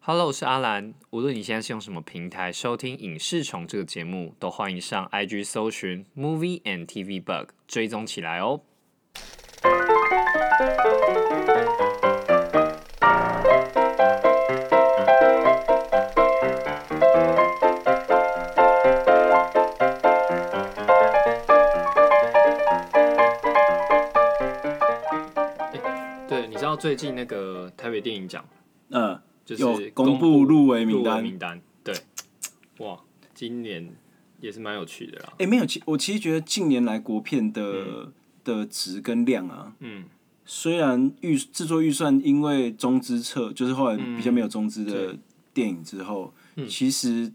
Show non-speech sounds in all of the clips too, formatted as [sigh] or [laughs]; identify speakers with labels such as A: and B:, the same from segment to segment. A: Hello，我是阿兰。无论你现在是用什么平台收听《影视虫》这个节目，都欢迎上 IG 搜寻 Movie and TV Bug 追踪起来哦。对，你知道最近那个台北电影奖
B: 嗯，
A: 就是
B: 有公布入围名单
A: 入名单对，哇，今年也是蛮有趣的啦。
B: 诶，没有，其我其实觉得近年来国片的、的值跟量啊，
A: 嗯，
B: 虽然预制作预算因为中资撤，就是后来
A: 嗯
B: 比较没有中资的电影之后，其实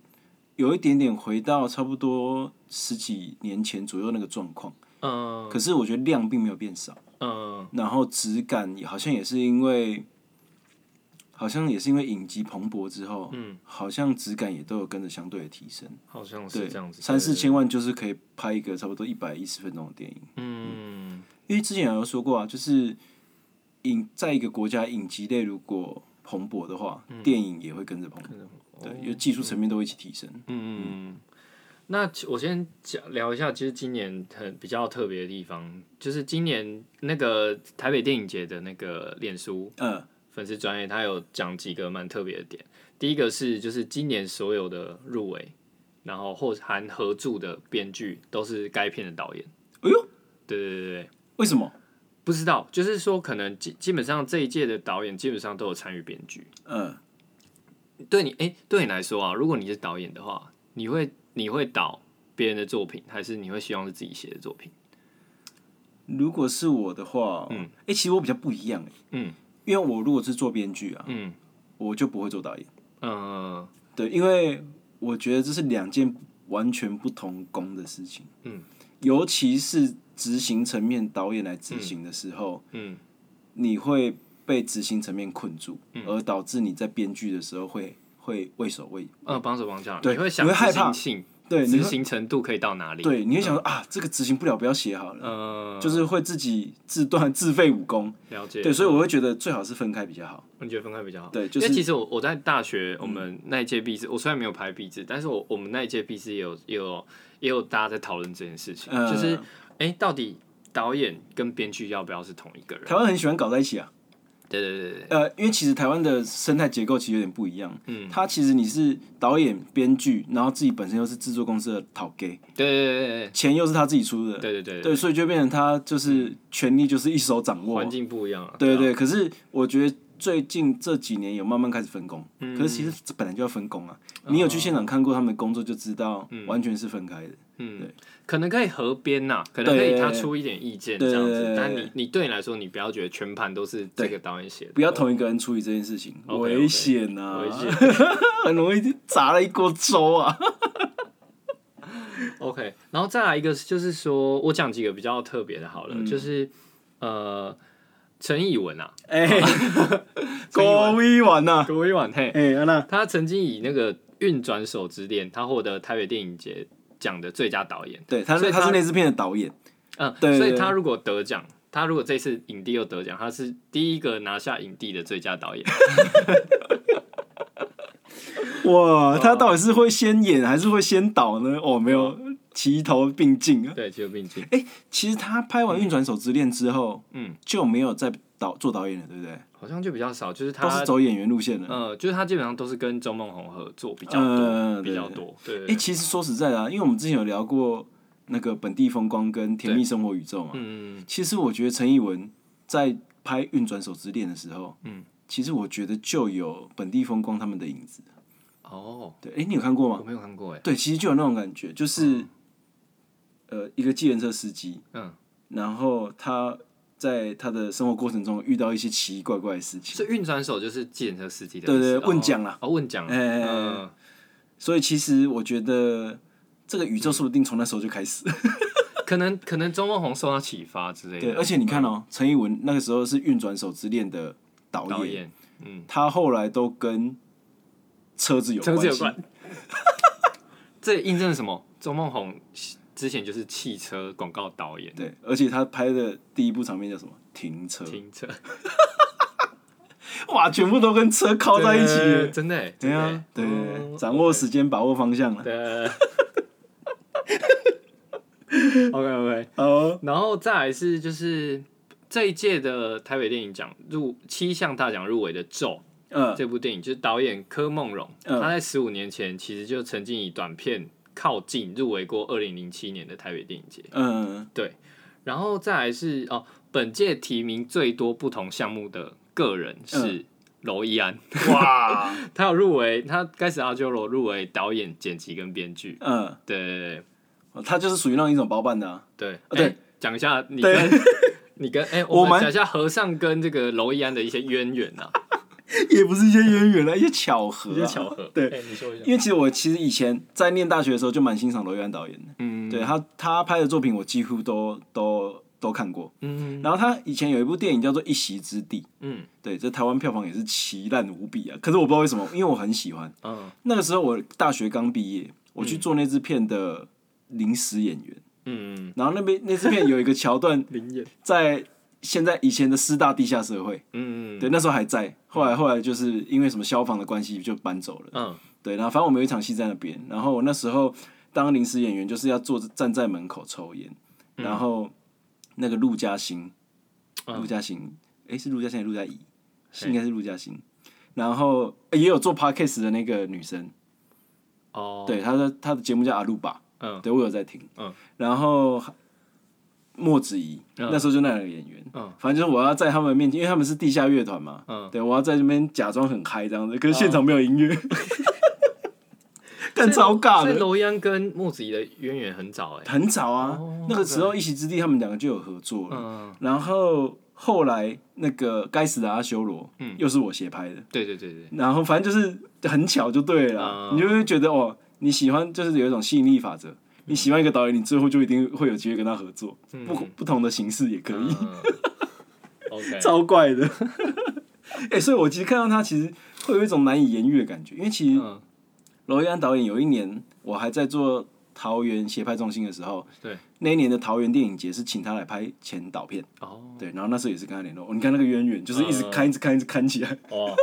B: 有一点点回到差不多十几年前左右那个状况，
A: 嗯
B: 可是我觉得量并没有变少，
A: 嗯
B: 然后质感也好像也是因为。好像也是因为影集蓬勃之后，
A: 嗯，
B: 好像质感也都有跟着相对的提升。
A: 好像
B: 对
A: 是这样子，
B: 三四
A: 对，
B: 千万就是可以拍一个差不多一百一十分钟的电影。
A: 嗯
B: 因为之前有说过啊，就是影在一个国家影集类如果蓬勃的话，
A: 嗯
B: 电影也会跟着蓬勃，对，因为技术层面都会一起提升。
A: 哦嗯，那其我先讲聊一下，其实今年很比较特别的地方，就是今年那个台北电影节的那个脸书
B: 嗯
A: 粉丝专业，它有讲几个蛮特别的点。第一个是就是今年所有的入围，然后或含合著的编剧都是该片的导演。
B: 哎呦，
A: 对对对对，
B: 为什么？
A: 不知道，就是说可能基基本上这一届的导演基本上都有参与编剧。
B: 嗯，
A: 对你，哎、对你来说啊，如果你是导演的话，你会你会导别人的作品，还是你会希望是自己写的作品？
B: 如果是我的话，嗯，哎、其实我比较不一样、欸，
A: 嗯
B: 因为我如果是做编剧啊，
A: 嗯
B: 我就不会做导演，
A: 呃
B: 对，因为我觉得这是两件完全不同工的事情，
A: 嗯，
B: 尤其是执行层面导演来执行的时候，
A: 嗯
B: 你会被执行层面困住，
A: 嗯
B: 而导致你在编剧的时候会会畏手畏，
A: 呃，帮手帮脚，
B: 对
A: 你会想
B: 你会害
A: 执
B: 怕
A: 行性、
B: 对，你
A: 执
B: 会
A: 行嗯程度可以到哪里？，
B: 对，你会想说、啊，这个执行不了，不要写好了，
A: 呃，
B: 就是会自己自断 [laughs] 自废武功。
A: 了解。
B: 对，所以我会觉得最好是分开比较好。
A: 我觉得分开比较好。
B: 对就
A: 因为
B: 是嗯
A: 其实我我在大学，我们那一届毕制，我虽然没有排毕制，但是我我们那一届毕制也有也有也有大家在讨论这件事情，
B: 嗯
A: 就是哎、诶到底导演跟编剧要不要是同一个人？
B: 台湾很喜欢搞在一起啊，
A: 对对对对，
B: 呃，因为其实台湾的生态结构其实有点不一样。
A: 嗯，
B: 它其实你是导演、编剧，然后自己本身又是制作公司的讨 gay，
A: 对对对对
B: 钱又是他自己出的，
A: 对对对对
B: 对，所以就变成他就是权力就是一手掌握
A: 环。境不一样啊。
B: 对
A: 啊，
B: 对，可是我觉得最近这几年有慢慢开始分工，
A: 嗯
B: 可是其实这本来就要分工啊。
A: 哦
B: 你有去现场看过他们的工作，就知道完全是分开的。
A: 嗯，可能可以合编呐，可能可
B: 对
A: 以他出一点意见这样
B: 对对
A: 子
B: 对，
A: 但你你对你来说，你不要觉得全盘都是这个导演写的，
B: 不要同一个人处理这件事情，
A: OK，OK
B: 危险啊，
A: 危险哦
B: 很容易砸了一锅粥啊。
A: OK，然后再来一个就是说，我讲几个比较特别的好
B: 嗯
A: 了，就是呃，陈以文啊， [laughs]
B: 哎， [laughs] 郭威完呐，
A: 各位晚嘿，
B: 哎，安娜，
A: 他曾经以那个《运转手之恋》，他获得台北电影节奖的最佳导演。
B: 对，他
A: 所
B: 是
A: 以
B: 他
A: 他
B: 是那支片的导演，
A: 嗯，
B: 对
A: 所以
B: 对
A: 他如果得奖，他如果这次影帝又得奖，他是第一个拿下影帝的最佳导
B: [laughs]
A: 演。
B: 哇，他到底是会先演还是会先导呢？哦，没有，
A: 嗯
B: 齐头并进啊。
A: 对，就并进。
B: 其实他拍完《运转手之恋》之后，
A: 嗯，
B: 就没有再导做导演了，对不对？
A: 好像就比较少，就是
B: 都是
A: 他，
B: 走演员路线的。
A: 呃，就是他基本上都是跟周梦红合作比较
B: 嗯
A: 多，
B: 嗯
A: 比较
B: 对
A: 多。对对
B: 哎、
A: 对
B: 其实说实在的、啊，因为我们之前有聊过那个本地风光跟甜蜜生活宇宙嘛。
A: 嗯，
B: 其实我觉得陈以文在拍《运转手之恋》的时候，
A: 嗯，
B: 其实我觉得就有本地风光他们的影子。
A: 哦，
B: 对，哎、你有看过
A: 我
B: 吗？
A: 没有看过哎。
B: 对，其实就有那种感觉，就是、呃，一个计程车司机，
A: 嗯，
B: 然后他在他的生活过程中遇到一些奇奇怪怪的事情，
A: 是运转手就是计程车司机的意
B: 对
A: 思，
B: 对
A: 哦
B: 问讲啦，
A: 哦，问讲啦，
B: 哎哎哎
A: 嗯，
B: 所以其实我觉得这个宇宙说不定从那时候就开始了。
A: 可能可能周梦红受到启发之类
B: 哎对，
A: 的
B: 而且你看哦，陈以文那个时候是《运转手之恋》的导演，
A: 导演，嗯，
B: 他后来都跟车子有
A: 车子有
B: 系
A: 关， [laughs] 这也印证了什么？周梦红之前就是汽车广告导演，
B: 对，而且他拍的第一部长片叫什么？停车。
A: 停车，
B: 哇，全部都跟车靠在一
A: 对
B: 起。
A: 真的耶，
B: 对
A: 真的
B: 啊
A: 耶，
B: 对对对
A: 哦
B: 掌握时间，把握方向了。
A: 对。OK OK，
B: 哦，
A: 然后再来是就是这一届的台北电影奖入七项大奖入围的《咒》
B: 嗯
A: 这部电影，就是导演柯梦荣，
B: 嗯
A: 他在十五年前其实就曾经以短片《靠近》入围过二零零七年的台北电影节。
B: 嗯
A: 然后再来是哦，本届提名最多不同项目的个人是娄艺安，
B: 嗯哇，
A: [laughs] 他有入围，他开始阿修罗入围导演、剪辑跟编剧。
B: 嗯，
A: 对对
B: 他就是属于那一种包办的啊。
A: 对
B: 啊对
A: 哎讲一下你
B: 对
A: 跟
B: [laughs]
A: 你跟哎、我
B: 我们
A: 们讲一下和尚跟这个娄艺安的一些渊源啊，
B: 也不是一些渊源了，一些巧合、啊，
A: 一些巧合。
B: [laughs] 对
A: 哎你说一下
B: 因。为其实我其实以前在念大学的时候就蛮欣赏娄艺安导演的，
A: 嗯
B: 对啊他他拍的作品我几乎都都都看过。
A: 嗯
B: 然后他以前有一部电影叫做《一席之地》，
A: 嗯
B: 对，这台湾票房也是奇烂无比啊。可是我不知道为什么，因为我很喜欢。
A: 嗯
B: 那个时候我大学刚毕业，我去做那支片的临时演员，
A: 嗯，
B: 然后那边那支片有一个桥段 [laughs]
A: 灵验。
B: 在现在以前的师大地下社会，
A: 嗯
B: 对，那时候还在。后来后来就是因为什么消防的关系就搬走了。
A: 嗯
B: 对，然后反正我们有一场戏在那边，然后我那时候当临时演员，就是要坐站在门口抽烟，然后那个陆嘉欣，
A: 嗯
B: 陆嘉欣，诶，是陆嘉欣还是陆嘉怡？是
A: 嘿
B: 应该是陆嘉欣。然后、诶也有做 podcast 的那个女生，
A: 哦
B: 对，她的她的节目叫阿鲁巴，
A: 嗯
B: 对我有在听，
A: 嗯，
B: 然后莫子仪、
A: 嗯
B: 那时候就那两个演员，
A: 嗯，
B: 反正就是我要在他们面前，因为他们是地下乐团嘛，
A: 嗯
B: 对我要在这边假装很嗨这样子，可是现场没有音
A: [laughs]
B: 乐，但超尬
A: 所以
B: 的，
A: 娄艺安跟莫子仪的渊源很早哎、
B: 很早啊，
A: 哦
B: 那个时候一席之地他们两个就有合作了，
A: 嗯，
B: 然后后来那个该死的阿修罗，
A: 嗯
B: 又是我斜拍的，
A: 对对对对，
B: 然后反正就是很巧就对了啦，
A: 嗯
B: 你就会觉得哦，你喜欢就是有一种吸引力法则，你喜欢一个导演，你最后就一定会有机会跟他合作，
A: 嗯
B: 不不同的形式也可以，
A: 嗯 OK，
B: [laughs] 超怪的。哎、所以我其实看到他，其实会有一种难以言喻的感觉，因为其实
A: 嗯
B: 娄艺安导演有一年我还在做桃园协拍中心的时候，
A: 对，
B: 那一年的桃园电影节是请他来拍前导片，
A: 哦
B: 对，然后那时候也是跟他联络，哦你看那个渊源，就是一直
A: 嗯
B: 看，一直看，一直看起来，
A: [laughs] 哦，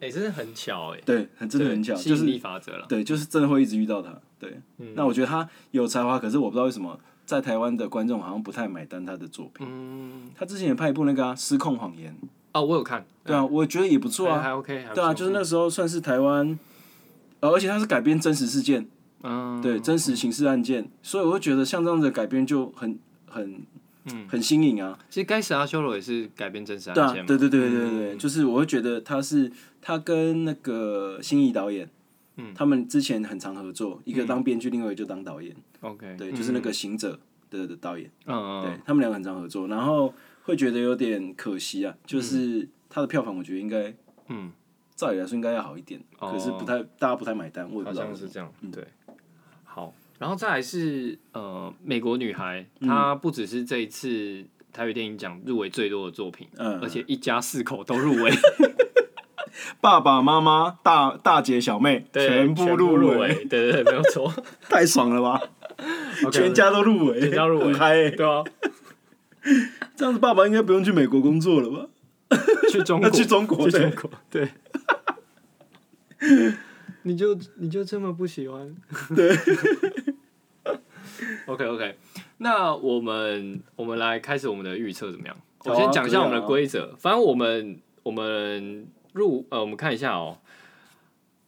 A: 哎、真的很巧哎、
B: 对，很真的很巧，
A: 对
B: 就
A: 吸引力
B: 是
A: 法则了。
B: 对，就是真的会一直遇到他，对，
A: 嗯
B: 那我觉得他有才华，可是我不知道为什么在台湾的观众好像不太买单他的作品，
A: 嗯，
B: 他之前也拍一部那个、啊《失控谎言》，
A: 哦，我有看，
B: 对啊，我觉得也不错啊
A: 还，还 OK，还不
B: 对啊，
A: 错
B: 就是那时候算是台湾，呃，而且它是改编真实事件，
A: 嗯，
B: 对，真实刑事案件，所以我会觉得像这样的改编就很很很新颖啊，
A: 其实《该死的阿修罗》也嗯是嗯改编真实
B: 对
A: 案
B: 啊
A: 件，嘛，
B: 对对对对对对，就是我会觉得他是他跟那个新怡导演。
A: 嗯
B: 他们之前很常合作，一个当编剧，另外一个就当导演，
A: OK，
B: 对，就是那个行者的的导演，
A: 嗯，嗯
B: 对他们两个很常合作，然后会觉得有点可惜啊，就是他的票房，我觉得应该，
A: 嗯，
B: 照理来说应该要好一点，
A: 哦
B: 可是不太大家不太买单，我也不嗯
A: 好
B: 知道为什
A: 像是
B: 么
A: 这样，对，好，然后再来是呃，美国女孩，
B: 嗯
A: 她不只是这一次台北电影奖入围最多的作品，
B: 嗯
A: 而且一家四口都入
B: [laughs]
A: 围，
B: 爸爸妈妈、大大姐、小妹
A: 对
B: 全部入
A: 入
B: 围，，
A: 对对对，没有错，
B: 太爽了 [laughs] 吧！
A: OK，
B: [laughs] 全家都入围，
A: 全家入围
B: 很嗨欸、
A: [laughs] 对啊，
B: 这样子爸爸应该不用去美国工作了吧？
A: 去中
B: 那
A: 国，
B: 去中国
A: 去
B: 对
A: 中国，对。你就你就这么不喜 [laughs] 欢？对。OK OK，那我们我们来开始我们的预测怎么样？
B: 好啊
A: 我先讲一下我们
B: 可以
A: 的
B: 啊
A: 规则。反正我们我们入呃，我们看一下哦、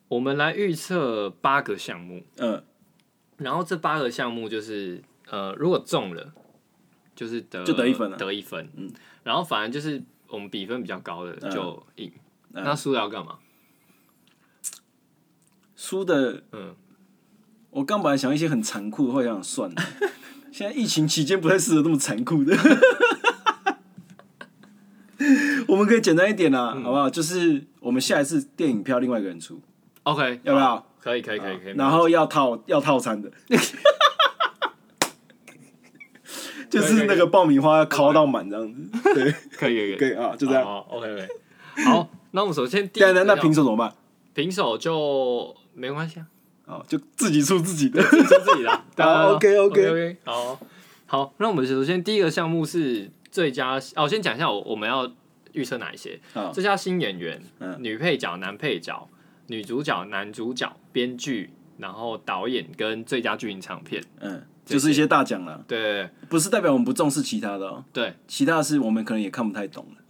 A: 我们来预测八个项目，
B: 嗯，
A: 然后这八个项目就是呃，如果中了，就是得
B: 就得一分了
A: 得一分。
B: 嗯，
A: 然后反正就是我们比分比较高的
B: 嗯
A: 就赢。
B: 嗯
A: 那输了要干嘛？
B: 输的
A: 嗯，
B: 我刚本来想一些很残酷的，后来想想算了。 [laughs] 现在疫情期间不太适合那么残酷的， [laughs] 我们可以简单一点啦、
A: 嗯
B: 好不好？就是我们下一次电影票另外一个人出，
A: OK，
B: 要不要？
A: 可以可以可以可以。
B: 然后要套要套餐的， [laughs] 就是那个爆米花要烤到满这样子，
A: 可以可以
B: 可
A: 以，
B: 以啊，就这样。
A: 好 OK OK。好，那我们首先第一
B: 对那
A: 个
B: 那
A: 要
B: 平手怎么办？
A: 平手就没关系啊，
B: 哦，就自己出自己的。
A: 就自己啦。对啊
B: [laughs] 好
A: 对啊
B: OK，OK
A: OK OK，好好。那我们首先第一个项目是最佳哦，先讲一下我我们要预测哪一些
B: 好。
A: 这叫新演员、
B: 嗯
A: 女配角、男配角、女主角、男主角、编剧，然后导演跟最佳剧情长片。
B: 嗯， [laughs] 就是一些大奖了，
A: 对对
B: 不是代表我们不重视其他的哦、
A: 对
B: 其他的是我们可能也看不太懂的。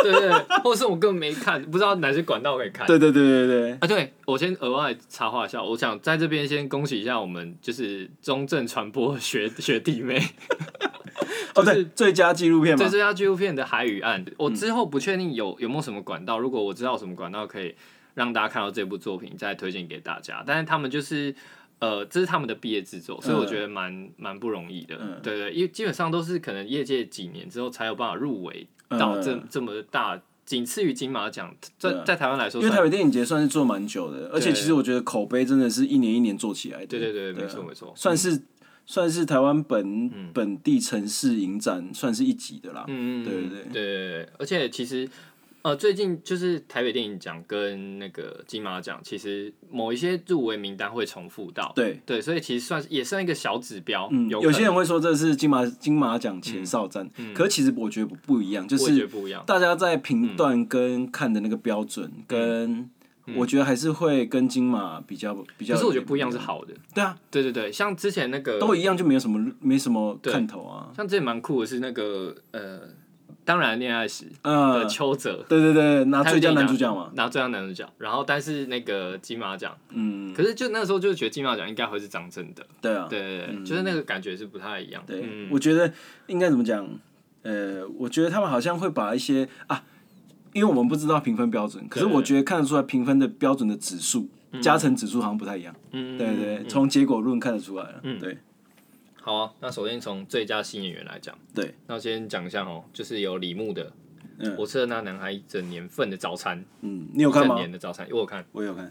A: 对对对，或是我根本没看，不知道哪些管道可以看。
B: 对对对对对，
A: 啊，对，我先额外插话一下，我想在这边先恭喜一下我们就是中正传播学学弟妹，
B: 哦对，嗯最佳纪录片嘛
A: 对，这家纪录片的海与岸，我之后不确定有有没有什么管道，如果我知道有什么管道可以让大家看到这部作品，再推荐给大家。但是他们就是呃，这是他们的毕业制作，所以我觉得蛮蛮、不容易的，
B: 嗯
A: 对对，因为基本上都是可能业界几年之后才有办法入围到
B: 嗯
A: 这、这么大，仅次于金马奖，在
B: 嗯
A: 在台湾来说
B: 因为
A: 算
B: 台北电影节算是做蛮久的，而且其实我觉得口碑真的是一年一年做起来的。
A: 对对对，
B: 对啊
A: 没错没错，
B: 算是算是台湾本、本地城市影展算是一级的啦。
A: 嗯，嗯
B: 啊对
A: 嗯
B: 对
A: 对对，而且其实呃，最近就是台北电影奖跟那个金马奖，其实某一些入围名单会重复到，
B: 对，
A: 对，所以其实算是也算一个小指标，
B: 嗯，
A: 有
B: 有
A: 可嗯
B: 些人会说这是金马金马奖前哨战，可是其实我觉得不不一样，就
A: 我也觉得
B: 是
A: 不一样，
B: 大家在评断跟看的那个标准跟。我觉得还是会跟金马比较比
A: 嗯
B: 较，
A: 可是我觉得不一样是好的，
B: 对啊，
A: 对对对，像之前那个，
B: 都一样就没有什么没什么看头啊，
A: 像之前蛮酷的是那个呃，当然恋爱时的
B: 嗯，
A: 邱泽。
B: 对对对，拿
A: 他有
B: 最佳
A: 电影
B: 男
A: 奖
B: 主角嘛，
A: 拿最佳男主角，然后但是那个金马奖，
B: 嗯，
A: 可是就那时候就觉得金马奖应该会是张震的，
B: 对啊，
A: 对对对，就是那个感觉是不太一样，
B: 对，
A: 嗯
B: 我觉得应该怎么讲？呃，我觉得他们好像会把一些啊，因为我们不知道评分标准，可是
A: 对
B: 我觉得看得出来评分的标准的指数、加成指数好像不太一样。
A: 嗯
B: 对对，从结果论看得出来了。对，
A: 好啊，那首先从最佳新演员来讲，
B: 对，
A: 那我先讲一下哦，就是有李牧的
B: 嗯
A: 《我吃了那男孩一整年份的早餐》，
B: 嗯，你有
A: 一
B: 看
A: 整
B: 吗？
A: 年的早餐，我有看，
B: 我有看，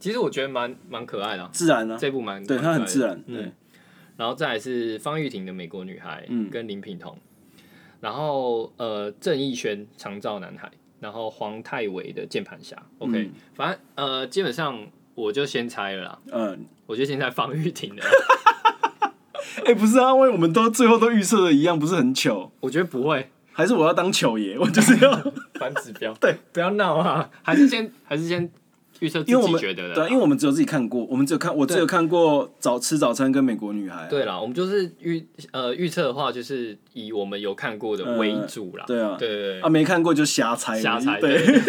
A: 其实我觉得蛮蛮可爱的啊、
B: 自然啊，
A: 这部蛮
B: 对，
A: 蛮
B: 它
A: 可爱
B: 很
A: 的
B: 自然。
A: 嗯
B: 对，
A: 然后再来是方玉婷的《美国女孩》，
B: 嗯
A: 跟林品彤，然后呃郑义轩《长照男孩》，然后黄泰维的《键盘侠》，OK，、反正呃基本上我就先猜了啦，
B: 嗯，
A: 我就先猜方玉婷的
B: [laughs]
A: 啦，
B: 哎，不是啊，因为我们都最后都预测的一样，不是很糗。
A: 我觉得不会，
B: 还是我要当糗爷，我就是要，
A: 反指标，
B: [laughs] 对，
A: 不要闹啊！还是先还是先预测自
B: 因为我
A: 己
B: 们
A: 觉得的
B: 对啊，
A: 啦。
B: 因为我们只有自己看过，我们只有看，我只有看过早吃早餐跟美国女孩啊，
A: 对啦，我们就是预呃预测的话，就是以我们有看过的为主啦。
B: 嗯对啊，
A: 对对
B: 啊，
A: 对，
B: 没看过就瞎猜，
A: 瞎猜
B: 对，
A: 对，对对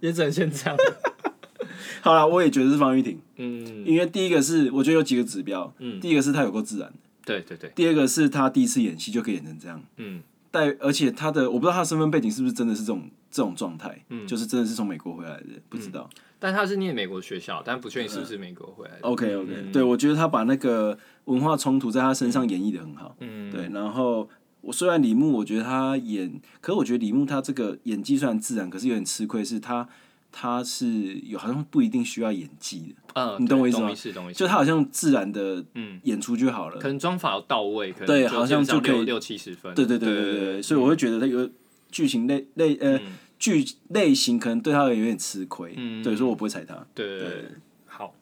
A: 也只能先这样。
B: [laughs] 好啦，我也觉得是方玉婷，
A: 嗯，
B: 因为第一个是我觉得有几个指标，第一个是她有够自然，
A: 对对对，
B: 第二个是她第一次演戏就可以演成这样，
A: 嗯
B: 但而且她的我不知道她的身份背景是不是真的是这种这种状态，
A: 嗯
B: 就是真的是从美国回来的，不知道。
A: 但他是念美国学校，但不确定是不是美国回来的。
B: OK OK，、对
A: 嗯
B: 我觉得她把那个文化冲突在她身上演绎的很好，
A: 嗯，
B: 对，然后。我虽然李牧，我觉得他演，可是我觉得李牧他这个演技虽然自然，可是有点吃亏，是他他是有好像不一定需要演技的，
A: 嗯，
B: 你
A: 对
B: 懂我意思吗
A: 懂意思，懂意思。
B: 就他好像自然的演出就好了。
A: 可能妆法要到位，可能
B: 对
A: 就
B: 好像
A: 基本上
B: 就可
A: 六
B: 以
A: 六七十分。
B: 对对对
A: 对嗯
B: 对对对，所以我会觉得它有剧情类类呃剧类型可能对他有点吃亏，对，所以我不会踩他。
A: 对对对，好。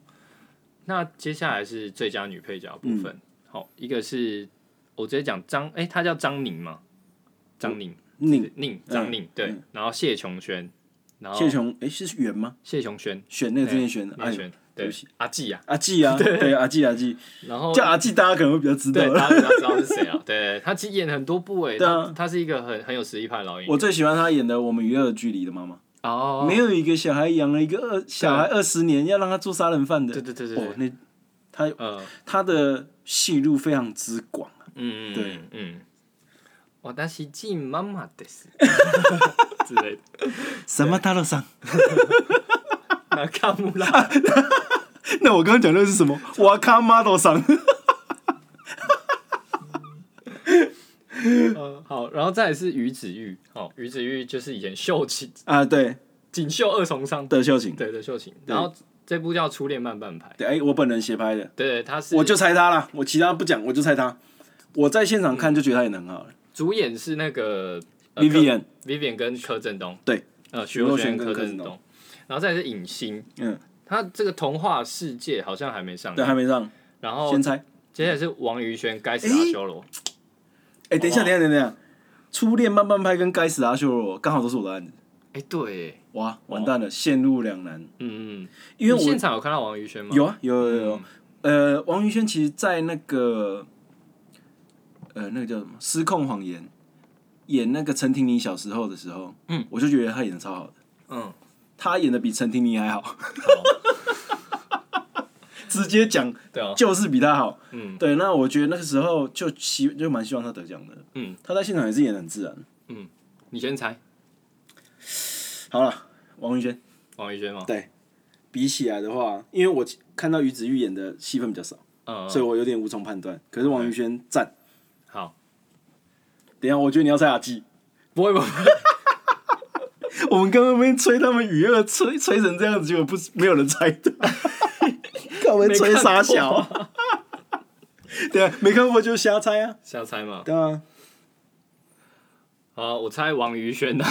A: 那接下来是最佳女配角的
B: 嗯
A: 部分。好，一个是我直接讲张，哎、她叫张宁嘛，张宁，
B: 宁
A: 宁，张宁，对。然后谢琼轩，然后
B: 嗯谢琼，哎是袁吗？
A: 谢琼轩，
B: 选那个之前选的，
A: 谢
B: 哎
A: 琼
B: 呦
A: 轩，对，阿纪啊，
B: 阿纪
A: [laughs]
B: 啊，对阿纪阿纪，
A: 然
B: [laughs]
A: 后
B: 叫阿纪大家可能会比较知道
A: 哦对，
B: 了。
A: 大家大家知道是谁啊？对，他其实演很多部诶、
B: 对啊
A: 他他是一个很很有实力派的老演员。
B: 我最喜欢他演的《我们娱乐的距离》的妈妈，
A: 哦，
B: 没有一个小孩养了一个二小孩二十年，要让他做杀人犯的。
A: 对对对对
B: 哦
A: 对，，
B: 那他
A: 呃，
B: 他的戏路非常之广啊。
A: 嗯，
B: 对
A: 嗯，嗯，我但是进妈妈的是
B: [laughs]
A: 之类的。
B: 什么大陆上？
A: 那卡木拉，
B: [laughs] 那我刚刚讲的是什么？瓦卡马豆上。
A: [laughs] 嗯，好，然后再来是于子玉，好、于子玉就是以前秀琴
B: [laughs] 啊，对，
A: 锦绣二重唱，
B: 的秀琴，
A: 对对秀琴，然后这部叫《初恋慢半拍》，
B: 对，哎、我本人斜拍的，
A: 对对，他是
B: 我就猜他啦，我其他不讲，我就猜他。我在现场看就觉得他演的很好了、
A: 主演是那个、呃、
B: Vivian，
A: 柯 Vivian 跟柯震东，
B: 对，
A: 呃，
B: 许
A: 徐
B: 若
A: 若
B: 瑄
A: 瑄
B: 跟
A: 柯
B: 柯震
A: 震东，然后再来是影星，
B: 嗯，
A: 他这个童话世界好像还没上
B: 对，
A: 映，
B: 还没上，
A: 然后
B: 先猜。
A: 接下来是王宇轩《该死的阿修罗》哦
B: 哎、等一下，等一下，等一下，初恋慢半拍跟该死的阿修罗刚好都是我的案子，
A: 哎、对，
B: 哇，完蛋了，陷入两难。
A: 嗯嗯，
B: 哦因为
A: 你
B: 我
A: 现场有看到王宇轩吗？
B: 有啊，有有有有，呃，王云轩其实，在那个呃，那个叫什么《失控谎言》，演那个陈婷妮小时候的时候，嗯，我就觉得她演的超好的，
A: 嗯，
B: 她演的比陈婷妮还好， [laughs] 直接讲
A: 对啊，
B: 就是比她好，
A: 嗯
B: 对，那我觉得那个时候就希就蛮希望她得奖的，
A: 嗯，
B: 她在现场也是演的很自然。
A: 你先猜
B: 好了，王云轩
A: 王宇轩吗？
B: 比起来的话，因为我看到于子玉演的戏份比较少，
A: 嗯，
B: 所以我有点无从判断，可是王云轩赞。
A: 好，
B: 等一下，我觉得你要猜阿基。 [laughs]
A: 不会不会，
B: 我们刚刚被吹他们娱乐吹吹成这样子，结果不是没有人猜 [laughs] 到，看我们吹傻小、啊。 [laughs] 对啊，没看过就瞎猜啊。
A: 瞎猜嘛。
B: 对啊，
A: 好，我猜王宇轩 [laughs] 的。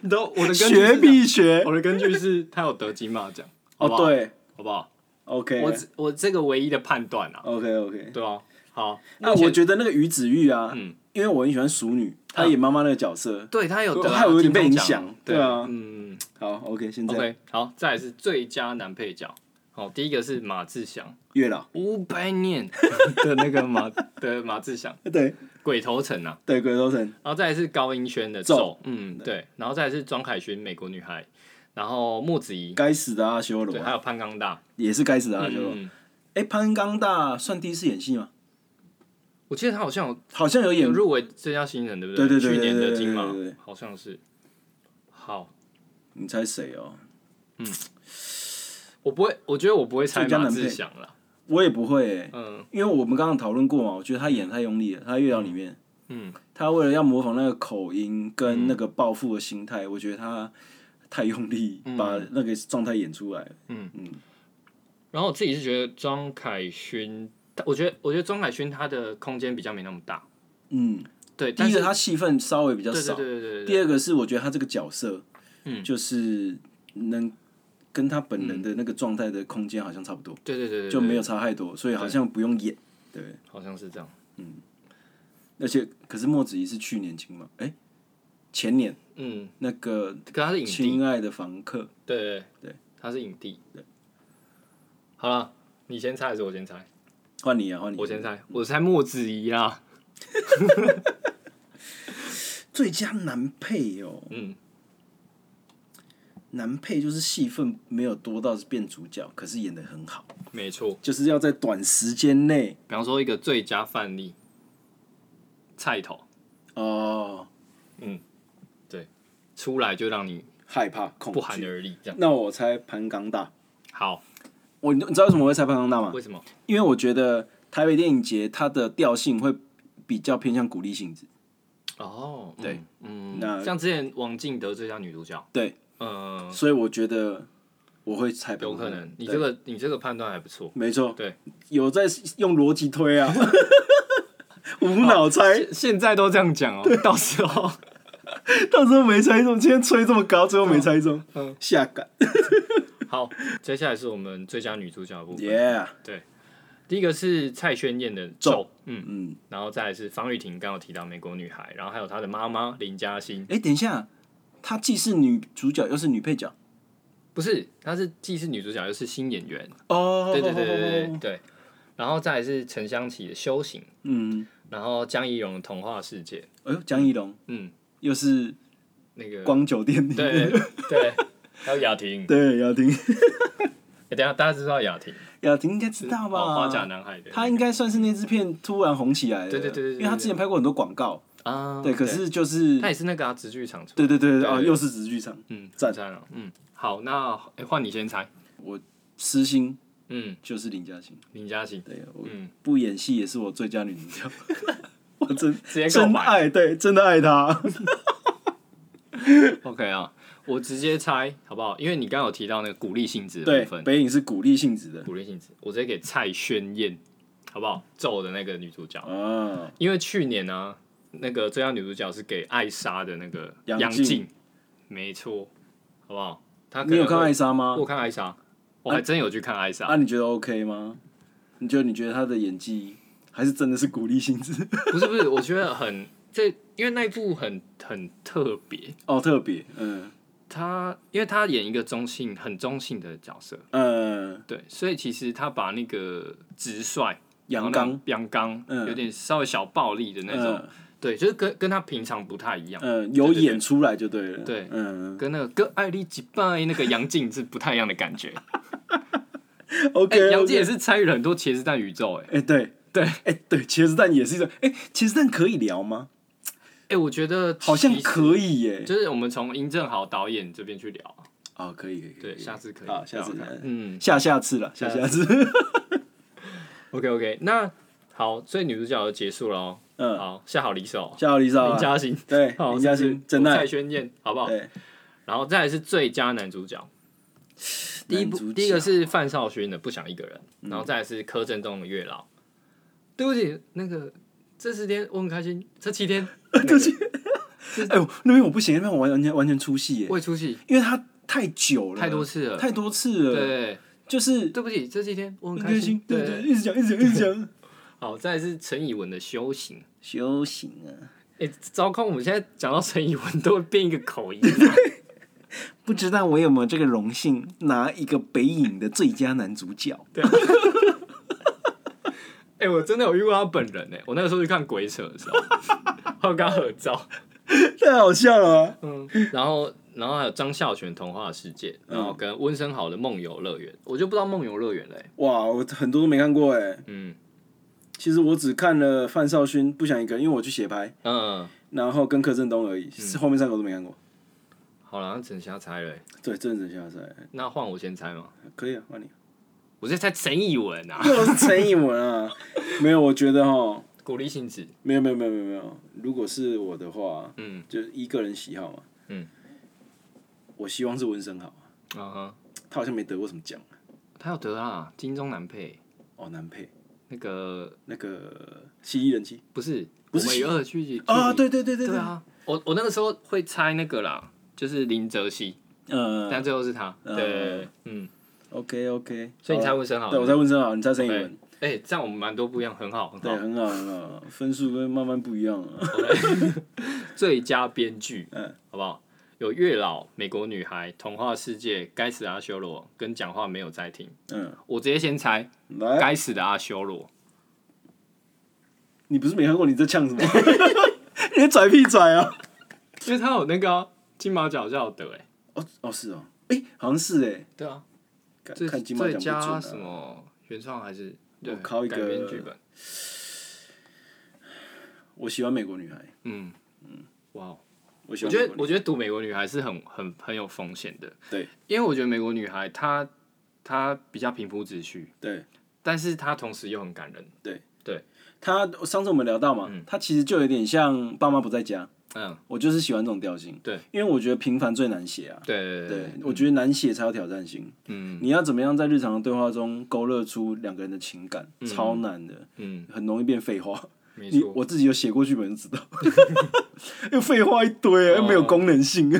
A: 你都我的根据是
B: 学必学
A: 我。的根据是他有得金马奖，好不
B: 哦，
A: 好，
B: 对
A: 好不好？
B: ，OK，
A: 我只我这个唯一的判断啊，
B: OK OK。
A: 对啊，好，
B: 那
A: 目前
B: 我觉得那个于子玉啊，
A: 嗯
B: 因为我很喜欢熟女，她
A: 嗯
B: 演妈妈那个角色，
A: 对他有得啊，
B: 害我有点被
A: 金钟
B: 影
A: 奖
B: 响。对啊，
A: 嗯
B: 好，OK，现在
A: ，OK，好，再来是最佳男配角，好，第一个是马志祥，
B: 月老，
A: 五百年 [laughs] 的那个马的马志祥，
B: 对
A: 鬼头城啊，
B: 对，鬼头城，
A: 然后再来是高音轩的
B: 咒
A: 咒，嗯对，然后再来是庄凯勋美国女孩，然后莫子仪，
B: 该死的阿修
A: 对，还
B: 罗，啊
A: 有潘刚大，
B: 也是该死的阿修罗。
A: 嗯，
B: 哎，潘刚大算第一次演戏吗？
A: 我记得他好像有
B: 好像有演
A: 有入围最佳新人，对不
B: 对对对
A: 去年
B: 对
A: 的
B: 对
A: 金马
B: 对对对
A: 好像是。好，
B: 你猜谁哦？
A: 我不会，我觉得我不会猜
B: 最佳
A: 马
B: 男配
A: 志祥了。
B: 我也不会欸、
A: 嗯
B: 因为我们刚刚讨论过嘛，我觉得他演太用力了。他月老里面，
A: 嗯，
B: 他为了要模仿那个口音跟那个暴富的心态，
A: 嗯
B: 我觉得他太用力，把那个状态演出来了。
A: 然后我自己是觉得庄凯勋，他我觉得我觉得庄凯勋他的空间比较没那么大。
B: 嗯，
A: 对，
B: 第
A: 但
B: 一
A: 是
B: 个他戏份稍微比较
A: 对对
B: 少，
A: 对对对
B: 第
A: 对，
B: 二个是我觉得他这个角色，
A: 嗯
B: 就是能跟他本人的那个状态的空间好像差不多，
A: 对对对对
B: 就没
A: 有，
B: 有差太多，所以好像不用演。对，
A: 好像是这样。
B: 而且可是莫子仪是去年金嘛，哎、前年
A: 嗯，
B: 那个
A: 可他是影帝，
B: 亲爱的房客，
A: 对对
B: 对，
A: 他是影帝。好了，你先猜还是我先猜？
B: 换你啊，换你。
A: 我先猜，我猜莫子仪啦。
B: 最佳男配哦，
A: 嗯，
B: 男配就是戏份没有多到是变主角，可是演的很好，
A: 没错。
B: 就是要在短时间内
A: 比方说一个最佳范例，菜头
B: 哦
A: 出来就让你
B: 害怕恐
A: 不寒
B: 惧。
A: 而栗，这样
B: 那我猜潘刚大，
A: 好？
B: 我你知道为什么我会猜潘刚大吗？
A: 为什么？
B: 因为我觉得台北电影节它的调性会比较偏向鼓励性质，
A: 哦，嗯
B: 对，
A: 嗯，
B: 那
A: 像之前王静得最佳女主角，
B: 对，
A: 嗯，
B: 所以我觉得我会猜潘
A: 有
B: 刚大。
A: 可能，你
B: 对
A: 这个你这个判断还不错。
B: 没错，
A: 对，
B: 有在用逻辑推啊， [laughs] 无脑猜，
A: 现在都这样讲哦， [laughs] 到时候
B: 到时候没猜中，今天吹这么高，最后没猜中，
A: 嗯
B: 下感
A: 好，接下来是我们最佳女主角的部分。
B: ，Yeah，
A: 第一个是蔡宣燕的《咒》，嗯，
B: 嗯，
A: 然后再来是方玉婷，刚刚有提到美国女孩，然后还有她的妈妈林嘉欣，
B: 哎、等一下，她既是女主角又是女配角，
A: 不是，她是既是女主角又是新演员，
B: 哦
A: 对对对对对，对，然后再来是陈香琪的《修行》，
B: 嗯，
A: 然后江一蓉的《童话世界》，
B: 哎呦，江一龙
A: 嗯，
B: 又是
A: 那个
B: 光酒店里
A: 对
B: 面，
A: 对，还有雅婷，
B: 对，雅婷，
A: 欸等一下大家知道雅婷
B: 雅婷应该知道
A: 哦花
B: 吧？
A: 甲男孩的，
B: 她应该算是那支片突然红起来的，
A: 对对对对对
B: 因为她之前拍过很多广告，
A: 啊，
B: 对，可是就是，
A: 他也是那个啊，直剧场出，
B: 对对对对，
A: 对
B: 哦，
A: 对
B: 又是直剧场，
A: 嗯，
B: 赞
A: 赞了，嗯，好，那哎换你先猜，
B: 私心
A: 嗯，
B: 就是林嘉欣，
A: 林嘉欣，
B: 对我
A: 嗯，
B: 不演戏也是我最佳女主角， [laughs] 我真
A: 直接告
B: 真
A: 白
B: 爱，对，真的爱她。
A: ，OK 啊，我直接猜好不好？因为你刚刚有提到那个鼓励性质的
B: 对
A: 部，分，
B: 北影是鼓励性质的
A: 鼓励性质，我直接给蔡宣燕，好不好？咒的那个女主角，
B: 啊，
A: 因为去年呢、那个最佳女主角是给艾莎的那个
B: 杨
A: 静，
B: 静
A: 没错，好不好？她可
B: 啊你有
A: 能
B: 看
A: 会
B: 艾莎吗
A: 我？看艾莎，我还真有去看艾
B: [laughs]
A: 莎，
B: 啊，你觉得 OK 吗？你觉得你觉得她的演技还是真的是鼓励性质？
A: 不是不是，我觉得很 [laughs] 这因为那一部很很特别，
B: 哦，特别，嗯
A: 他因为他演一个中性很中性的角色，
B: 嗯，
A: 对，所以其实他把那个直率、
B: 阳刚，，
A: 阳刚，
B: 嗯
A: 有点稍微小暴力的那种，
B: 嗯
A: 对，就是跟跟他平常不太一样，
B: 嗯，有演出来就对了，
A: 对
B: 嗯
A: 跟那个跟艾丽吉拜那个杨静是不太一样的
B: [laughs]
A: 感觉。哎、
B: ，OK，
A: 杨静也
B: ，OK，
A: 是参与了很多茄子蛋宇宙、哎，
B: 哎，对
A: 对
B: 哎对，茄子蛋也是一种，哎，茄子蛋可以聊吗？
A: 哎，我觉得
B: 好像
A: 其实
B: 可以耶，
A: 就是我们从殷正豪导演这边去聊，
B: 哦，可以，可以，可以
A: 对，下次可以
B: 好，下次
A: 聊聊看
B: 嗯
A: 嗯
B: 下下次了，下下次，
A: ，OK OK，那好，所以女主角就结束了哦。
B: 嗯，
A: 好，下好离手，哦
B: 下好李少
A: 林，嘉欣，
B: 对，
A: 好，
B: 林嘉
A: 这是
B: 欣，真
A: 蔡
B: 爱，
A: 宣燕，好不好？
B: 对，
A: 然后再来是最佳男主角，第一部
B: 男主角嗯
A: 第一个是范少勋的《不想一个人》，然后再来是柯震东的《月老》。对不起，那个这四天我很开心，这七
B: [laughs]
A: 天这七
B: 哎呦，那边我不行，那边我完完全完全出戏耶，
A: 未出戏
B: 因为他太久了，
A: 太多次了，
B: 太多次了，
A: 对，
B: 就是
A: 对不起，这七天我很
B: 很
A: 开
B: 开心，
A: 心，
B: 对对，一直讲，一直讲，一
A: [laughs]
B: 直讲。
A: 好，再来是陈以文的《修行》。
B: 修行啊，
A: 哎、糟糕！我们现在讲到陈以文都会变一个口音，
B: 不知道我有没有这个荣幸拿一个北影的最佳男主
A: [laughs]
B: 角？
A: 哎、我真的有遇过他本人哎、我那个时候去看《鬼扯》的时候， [laughs] 还有跟他合照，
B: 太好笑了、啊！
A: 嗯，然后然后还有张孝全《童话世界》，然后跟温升豪的《梦游乐园》，嗯我就不知道《梦游乐园》嘞，
B: 哇，我很多都没看过哎。
A: 嗯
B: 其实我只看了范少勋《不想一个人》，因为我去写拍，
A: 嗯，
B: 然后跟柯震东而已，是后面三个我都没看过。
A: 好了，那只能瞎猜了欸、
B: 对，真人真下赛
A: 那换我先猜吗？
B: 可以啊，换你。
A: 我在猜陈以文啊，
B: [laughs] 又是陈以文啊？ [laughs] 没有，我觉得哈，
A: 鼓励性质，
B: 没有没有没有没有没有。如果是我的话，
A: 嗯
B: 就依个人喜好嘛。
A: 嗯，
B: 我希望是温升豪，
A: 啊哈，
B: 他好像没得过什么奖
A: 他要得啊，金钟男配
B: 哦，男配。
A: 那个
B: 那个蜥蜴人妻
A: 不是，
B: 不是
A: 我们与恶距离
B: 啊，对对对对
A: 对，啊，我我那个时候会猜那个啦，就是林哲熙，
B: 呃
A: 但最后是他。
B: 嗯
A: 对，嗯，
B: ，OK OK，
A: 所以你猜
B: 好啊
A: 温森好
B: 对我
A: 了。
B: 猜温森豪，你猜陈以
A: OK
B: 文，
A: 哎，这样我们蛮多不一样，很好，很
B: 对，啊
A: 好。
B: 很好很好，分数跟慢慢不一样了。
A: 最佳编剧，
B: 嗯
A: 好不好？有《月老》《美国女孩》《童话世界》《该死的阿修罗》跟《讲话没有在听》。
B: 嗯，
A: 我直接先猜《
B: 来，啊
A: 该死的阿修罗》。
B: 你不是没看过，你在呛什么？ [laughs] 你在拽屁拽啊！
A: 因为他有那个啊金马奖要得哎。
B: 哦哦是哦，哎，好像是哎，
A: 对啊，
B: 看
A: 最
B: 看金马
A: 最佳
B: 奖不
A: 什
B: 准啊。
A: 么原创还是对
B: 我靠一
A: 改
B: 个
A: 编剧本？
B: 我喜欢美国女孩，
A: 嗯嗯，哇哦。
B: 我喜
A: 我
B: 欢
A: 觉
B: 美
A: 得
B: 国，女
A: 我觉得读美国女孩是很很很有风险的，
B: 对，
A: 因为我觉得美国女孩她她比较平铺直叙，
B: 对
A: 但是她同时又很感人，
B: 她上次我们聊到嘛，她其实就有点像《爸妈不在家》，
A: 嗯，
B: 我就是喜欢这种调性。
A: 对，
B: 因为我觉得平凡最难写啊。
A: 对对
B: 对，我觉得难写才有挑战性。
A: 嗯
B: 你要怎么样在日常的对话中勾勒出两个人的情感，超难的，
A: 嗯，
B: 很容易变废话。
A: 没
B: 你
A: 错，
B: 我自己有写过剧本就知道， [laughs] 又废话一
A: 哦
B: 堆，又没有功能性。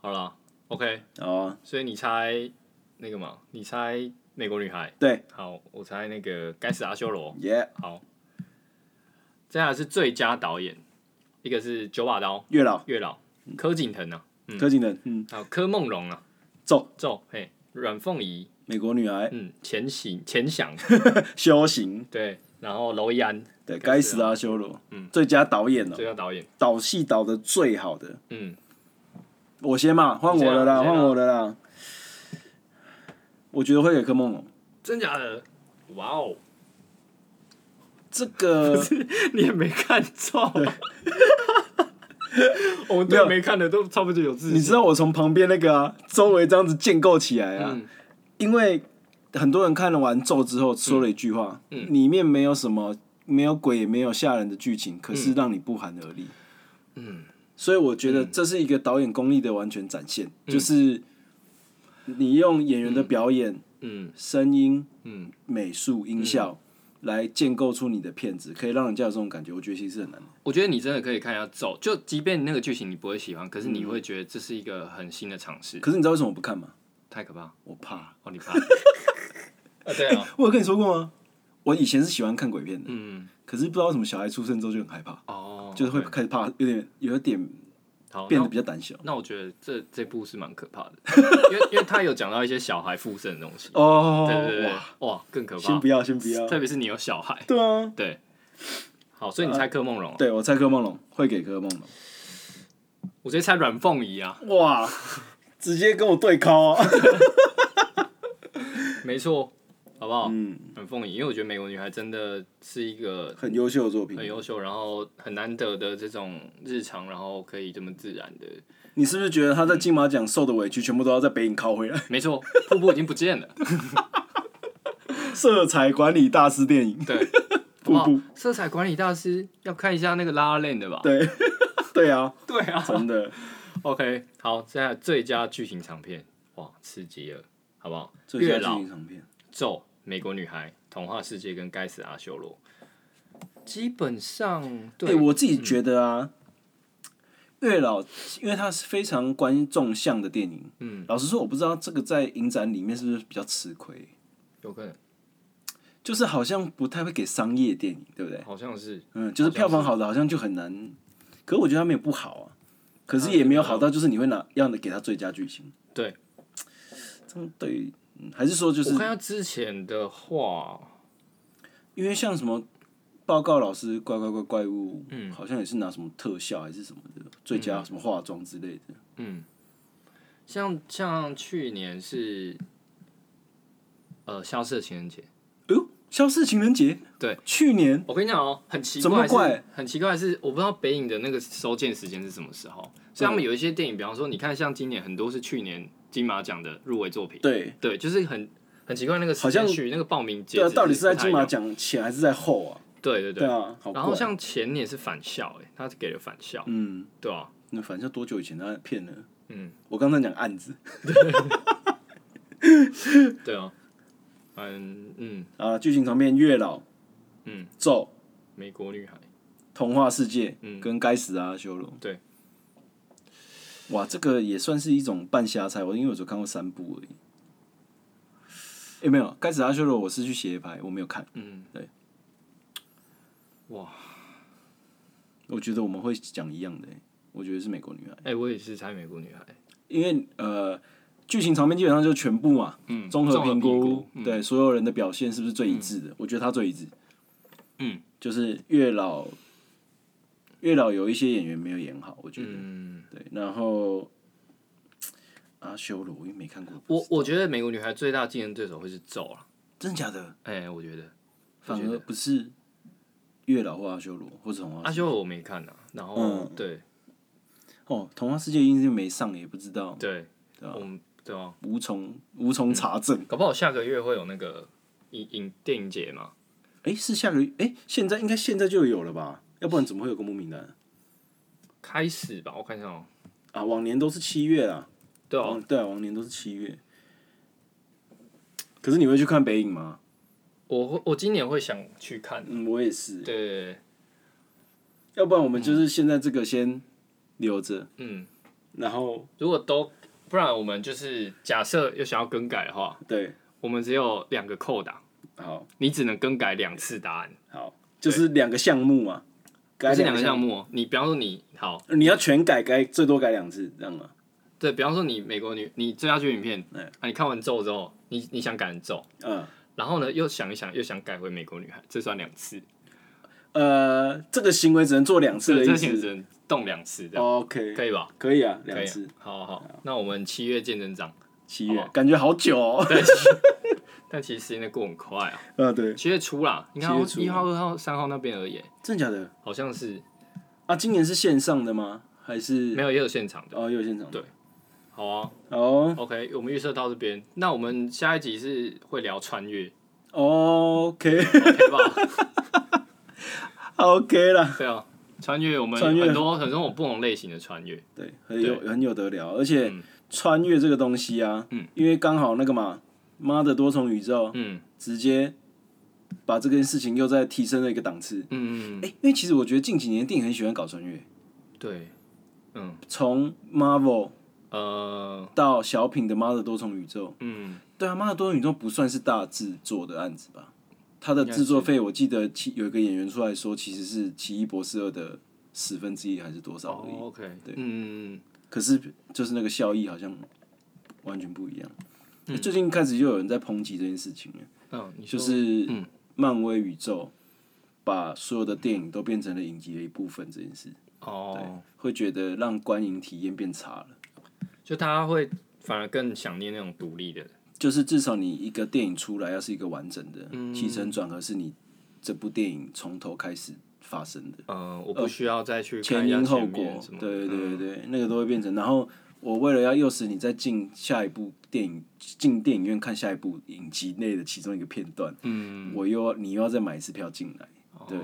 A: 好了，OK，
B: 哦，
A: 所以你猜那个嘛，你猜美国女孩，
B: 对，
A: 好，我猜那个该死的阿修罗，
B: 耶，
A: 好，接下来是最佳导演，一个是九把刀
B: 月老，
A: 月老柯景腾啊，
B: 柯景腾，嗯，
A: 还有柯梦龙啊，
B: 走，
A: 咒嘿阮凤仪，
B: 美国女孩，
A: 嗯，钱行钱翔。
B: 修行，
A: 对，然后娄艺安
B: 对，
A: 该
B: 该
A: 死
B: 死
A: 的
B: 的阿修罗，最佳导演哦
A: 最，佳导演，
B: 导戏导的最好的，
A: 嗯，
B: 我先嘛，换我的啦，
A: 你先啊
B: 换我的啦。我觉得会给柯梦龙，
A: 真假的？哇哦， [laughs]
B: 这个
A: 你也没看中， [laughs] 我们
B: 没
A: 对
B: 有
A: 没看的都差不多有自
B: 你
A: 信，
B: 知道我从旁边那个啊，周围这样子建构起来啊，
A: 嗯
B: 因为很多人看了完咒之后说了一句话，里面没有什么，没有鬼，也没有吓人的剧情，可是让你不寒而栗。嗯，所以我觉得这是一个导演功力的完全展现，就是你用演员的表演、
A: 嗯
B: 声音、
A: 嗯，
B: 美术、音效。来建构出你的片子，可以让人家有这种感觉，我觉得其实是很难的。
A: 我觉得你真的可以看一下咒，就即便那个剧情你不会喜欢，可是你会觉得这是一个很新的尝试，
B: 可是你知道为什么我不看吗？
A: 太可怕
B: 我怕。 [laughs]
A: 哦，你怕？啊，对啊，
B: 我有跟你说过吗？我以前是喜欢看鬼片的，
A: [laughs] 嗯，
B: 可是不知道为什么小孩出生之后就很害怕，
A: 哦，
B: 就是会
A: OK
B: 开始怕，有点有一点
A: 好
B: 变
A: 哦那
B: 得比较胆小。
A: 那我觉得这这部是蛮可怕
B: [laughs]
A: 的，因为因为他有讲到一些小孩附身的东西，
B: 哦，
A: 对对对
B: 哇，，
A: 哇，更可怕
B: 先不，要，先不要。
A: 特别是你有小孩，
B: 对啊，
A: 对，好，所以你
B: 呃
A: 猜柯梦龙哦，
B: 对我猜柯梦龙会给柯梦龙，
A: 我直接猜阮凤仪啊，
B: 哇，直接跟我对敲、啊
A: 没错，好不好？
B: [laughs] 嗯，
A: 阮凤仪，因为我觉得美国女孩真的是一个
B: 很优秀的作品
A: 很。优秀，然后很难得的这种日常，然后可以这么自然
B: [laughs]
A: 的，
B: 你是不是觉得他在金马奖受的委屈，全部都要在北影靠回来？ [laughs]
A: 没错，瀑布已经不见了，
B: 色彩管理大师电影，
A: 对，好不好？色彩管理大师要看一下那个拉链的吧？
B: 对，对啊，
A: 对啊，
B: 真的。
A: OK，好，接下来最佳剧情长片，哇，刺激了，好不好？
B: 最佳
A: 月
B: 剧
A: 老
B: 情、长片，
A: 咒、美国女孩、童话世界跟该死的阿修罗，基本上
B: 对、
A: 对、
B: 哎我自己觉得啊，月老，因为它是非常观众向的电影。
A: 嗯，
B: 老实说，我不知道这个在影展里面是不是比较吃亏，
A: 有可能，
B: 就是好像不太会给商业电影，对不对？
A: 好像是
B: 嗯，就是票房好的好像就很难，可是我觉得它没有不好啊，可哦是也没有好到就是你会拿要给它最佳剧情。
A: 对，
B: 这样对，嗯还是说就是
A: 我看他之前的话，
B: 因为像什么报告老师怪怪怪怪物，嗯，好像也是拿什么特效还是什么的最佳什么化妆之类的，
A: 嗯，像像去年是呃消失的情人节，
B: 哎呦，消失情人节，
A: 对，
B: 去年
A: 我跟你讲哦、很奇
B: 怎么
A: 怪，
B: 怪
A: 是很奇怪的是，我不知道北影的那个收件时间是什么时候。所以他们有一些电影，比方说，你看像今年很多是去年金马奖的入围作品，
B: 对
A: 对，就是很很奇怪那个时
B: 好像
A: 间去那个报名截
B: 对啊，
A: 止
B: 到底是在
A: 不太
B: 金
A: 一
B: 马
A: 样？
B: 奖前还是在后啊？
A: 对对
B: 对
A: 对。
B: 啊，好怪
A: 然后像前年是返校，哎，他给了返校，
B: 嗯，
A: 对啊，
B: 那反正多久以前他骗了？
A: 嗯，
B: 我刚才讲案子
A: 对啊，嗯嗯，
B: 啊，剧情长片《月老》，
A: 嗯，
B: 咒。
A: 美国女孩，
B: 童话世界，
A: 嗯
B: 跟该死的阿修罗，
A: 对，
B: 哇，这个也算是一种半瞎猜，我因为我只看过三部而已。诶，没有，该死的阿修罗我是去斜排，我没有看，
A: 嗯，
B: 对，
A: 哇，
B: 我觉得我们会讲一样的、诶我觉得是美国女孩，
A: 哎，我也是猜美国女孩，
B: 因为呃，剧情场面基本上就是全部嘛，
A: 嗯，
B: 综合
A: 综
B: 评估，
A: 嗯
B: 对所有人的表现是不是最一致的？我觉得他最一致，
A: 嗯，
B: 就是月老，月老有一些演员没有演好，我觉得，
A: 嗯，
B: 对，然后阿修罗我也没看过，
A: 我我觉得美国女孩最大竞争对手会是咒了，
B: 真的假的？
A: 哎，我觉得
B: 反
A: 觉
B: 而
A: 得
B: 不是月老或阿修罗或者童话
A: 阿
B: 世
A: 啊修罗我没看呐，然后
B: 嗯
A: 对
B: 哦，童话世界因为没上也不知道，
A: 对，我们对啊，
B: 无从无
A: 嗯
B: 从查证。
A: 搞不好下个月会有那个影影电影节嘛，
B: 诶，是下个月诶，现在应该现在就有了吧？要不然怎么会有公布名单
A: 开始吧，我看一下哦、
B: 啊？往年都是七月啊，
A: 对哦、
B: 往对啊，往年都是七月。可是你会去看北影吗？
A: 我会我今年会想去看，
B: 嗯，我也是。
A: 对对对，
B: 要不然我们就是现在这个先留着，
A: 嗯，
B: 然后
A: 如果都不然，我们就是假设有想要更改的话，
B: 对，
A: 我们只有两个扣档，
B: 好
A: 你只能更改两次答案，
B: 好，就是两个项目嘛，
A: 不
B: 改
A: 是两个项
B: 目，
A: 目哦，你比方说你好，
B: 你要全改，改最多改两次，这样吗？
A: 对比方说你美国女你最佳剧影片，
B: 哎
A: 啊，你看完咒之后，你你想改成咒，
B: 嗯，
A: 然后呢又想一想又想改回美国女孩，这算两次，
B: 呃，这个行为只能做两次
A: 对，
B: 的
A: 这
B: 意
A: 行只
B: 思。
A: 能动两次这样，
B: OK，
A: 可以吧？
B: 可以啊，
A: 可
B: 两
A: 以
B: 次
A: 啊，好好好，那我们七月见真章，
B: 七
A: 好
B: 月
A: 不，好
B: 感觉好
A: [laughs]
B: 久哦。
A: 但但其实时间在过很快啊。
B: 啊，对，
A: 七月初啦，你看
B: 七月初
A: 一号、二号、三号那边而已，
B: 真的假的
A: 好像是
B: 啊？今年是线上的吗？还
A: 没
B: 是
A: 有也有现场的。
B: 哦，也有现场？
A: 对好啊
B: 哦
A: ，OK，我们预设到这边，那我们下一集是会聊穿
B: [laughs]
A: 越
B: ，OK， [laughs]
A: ，OK 吧？
B: OK 啦，
A: 对啊，穿越我们
B: 穿越
A: 很多很多种不同类型的穿越，
B: 对，很有很有得聊，而且
A: 嗯
B: 穿越这个东西啊，
A: 嗯
B: 因为刚好那个嘛，妈的多重宇宙
A: 嗯
B: 直接把这件事情又再提升了一个档次。
A: 嗯嗯，
B: 哎、因为其实我觉得近几年电影很喜欢搞穿越，
A: 对，嗯
B: 从 Marvel
A: 呃
B: 到小品的《妈的多重宇宙》，
A: 嗯
B: 对啊，《妈的多重宇宙》不算是大制作的案子吧？它的制作费，我记得其有一个演员出来说，其实是《奇异博士二》的十分之一还是多少而已。
A: 哦，OK，对，嗯，
B: 可是就是那个效益好像完全不一样。欸最近开始就有人在抨击这件事情了，
A: 嗯，你
B: 就
A: 说
B: 是
A: 嗯
B: 漫威宇宙把所有的电影都变成了影集的一部分这件事，
A: 哦，
B: 会觉得让观影体验变差了。
A: 就大家会反而更想念那种独立的，
B: 就是至少你一个电影出来要是一个完整的，
A: 嗯
B: 起承转合是你这部电影从头开始发生的，
A: 嗯，我不需要再去看
B: 呃前
A: 一下
B: 因后
A: 前
B: 果
A: 面什，么的，嗯
B: 对对对对，那个都会变成。然后我为了要诱使你再进下一部电影，进电影院看下一部影集内的其中一个片段，
A: 嗯，哦
B: 我又要你又要再买一次票进来，对，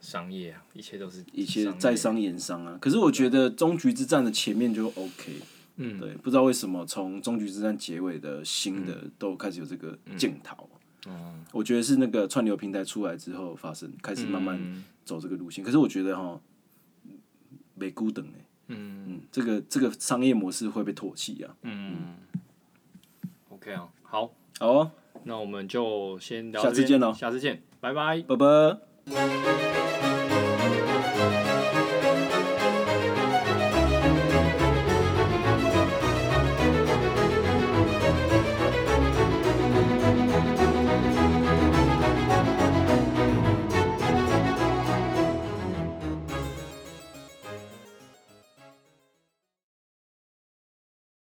A: 商业啊，一切都是
B: 一切
A: 商业
B: 在商言商啊。可是我觉得终局之战的前面就 OK，
A: 嗯
B: 对，不知道为什么从终局之战结尾的新的都开始有这个检讨。
A: 嗯哦，
B: 我觉得是那个串流平台出来之后发生，开始慢慢
A: 嗯
B: 走这个路线。可是我觉得哈，没孤等哎，
A: 嗯
B: 嗯，这个这个商业模式会被唾弃啊。
A: 嗯，OK 啊，好，
B: 好、哦，
A: 那我们就先聊
B: 下
A: 这
B: 次
A: 边
B: 见咯哦
A: 下次见，拜拜。
B: 拜拜。
A: 拜拜。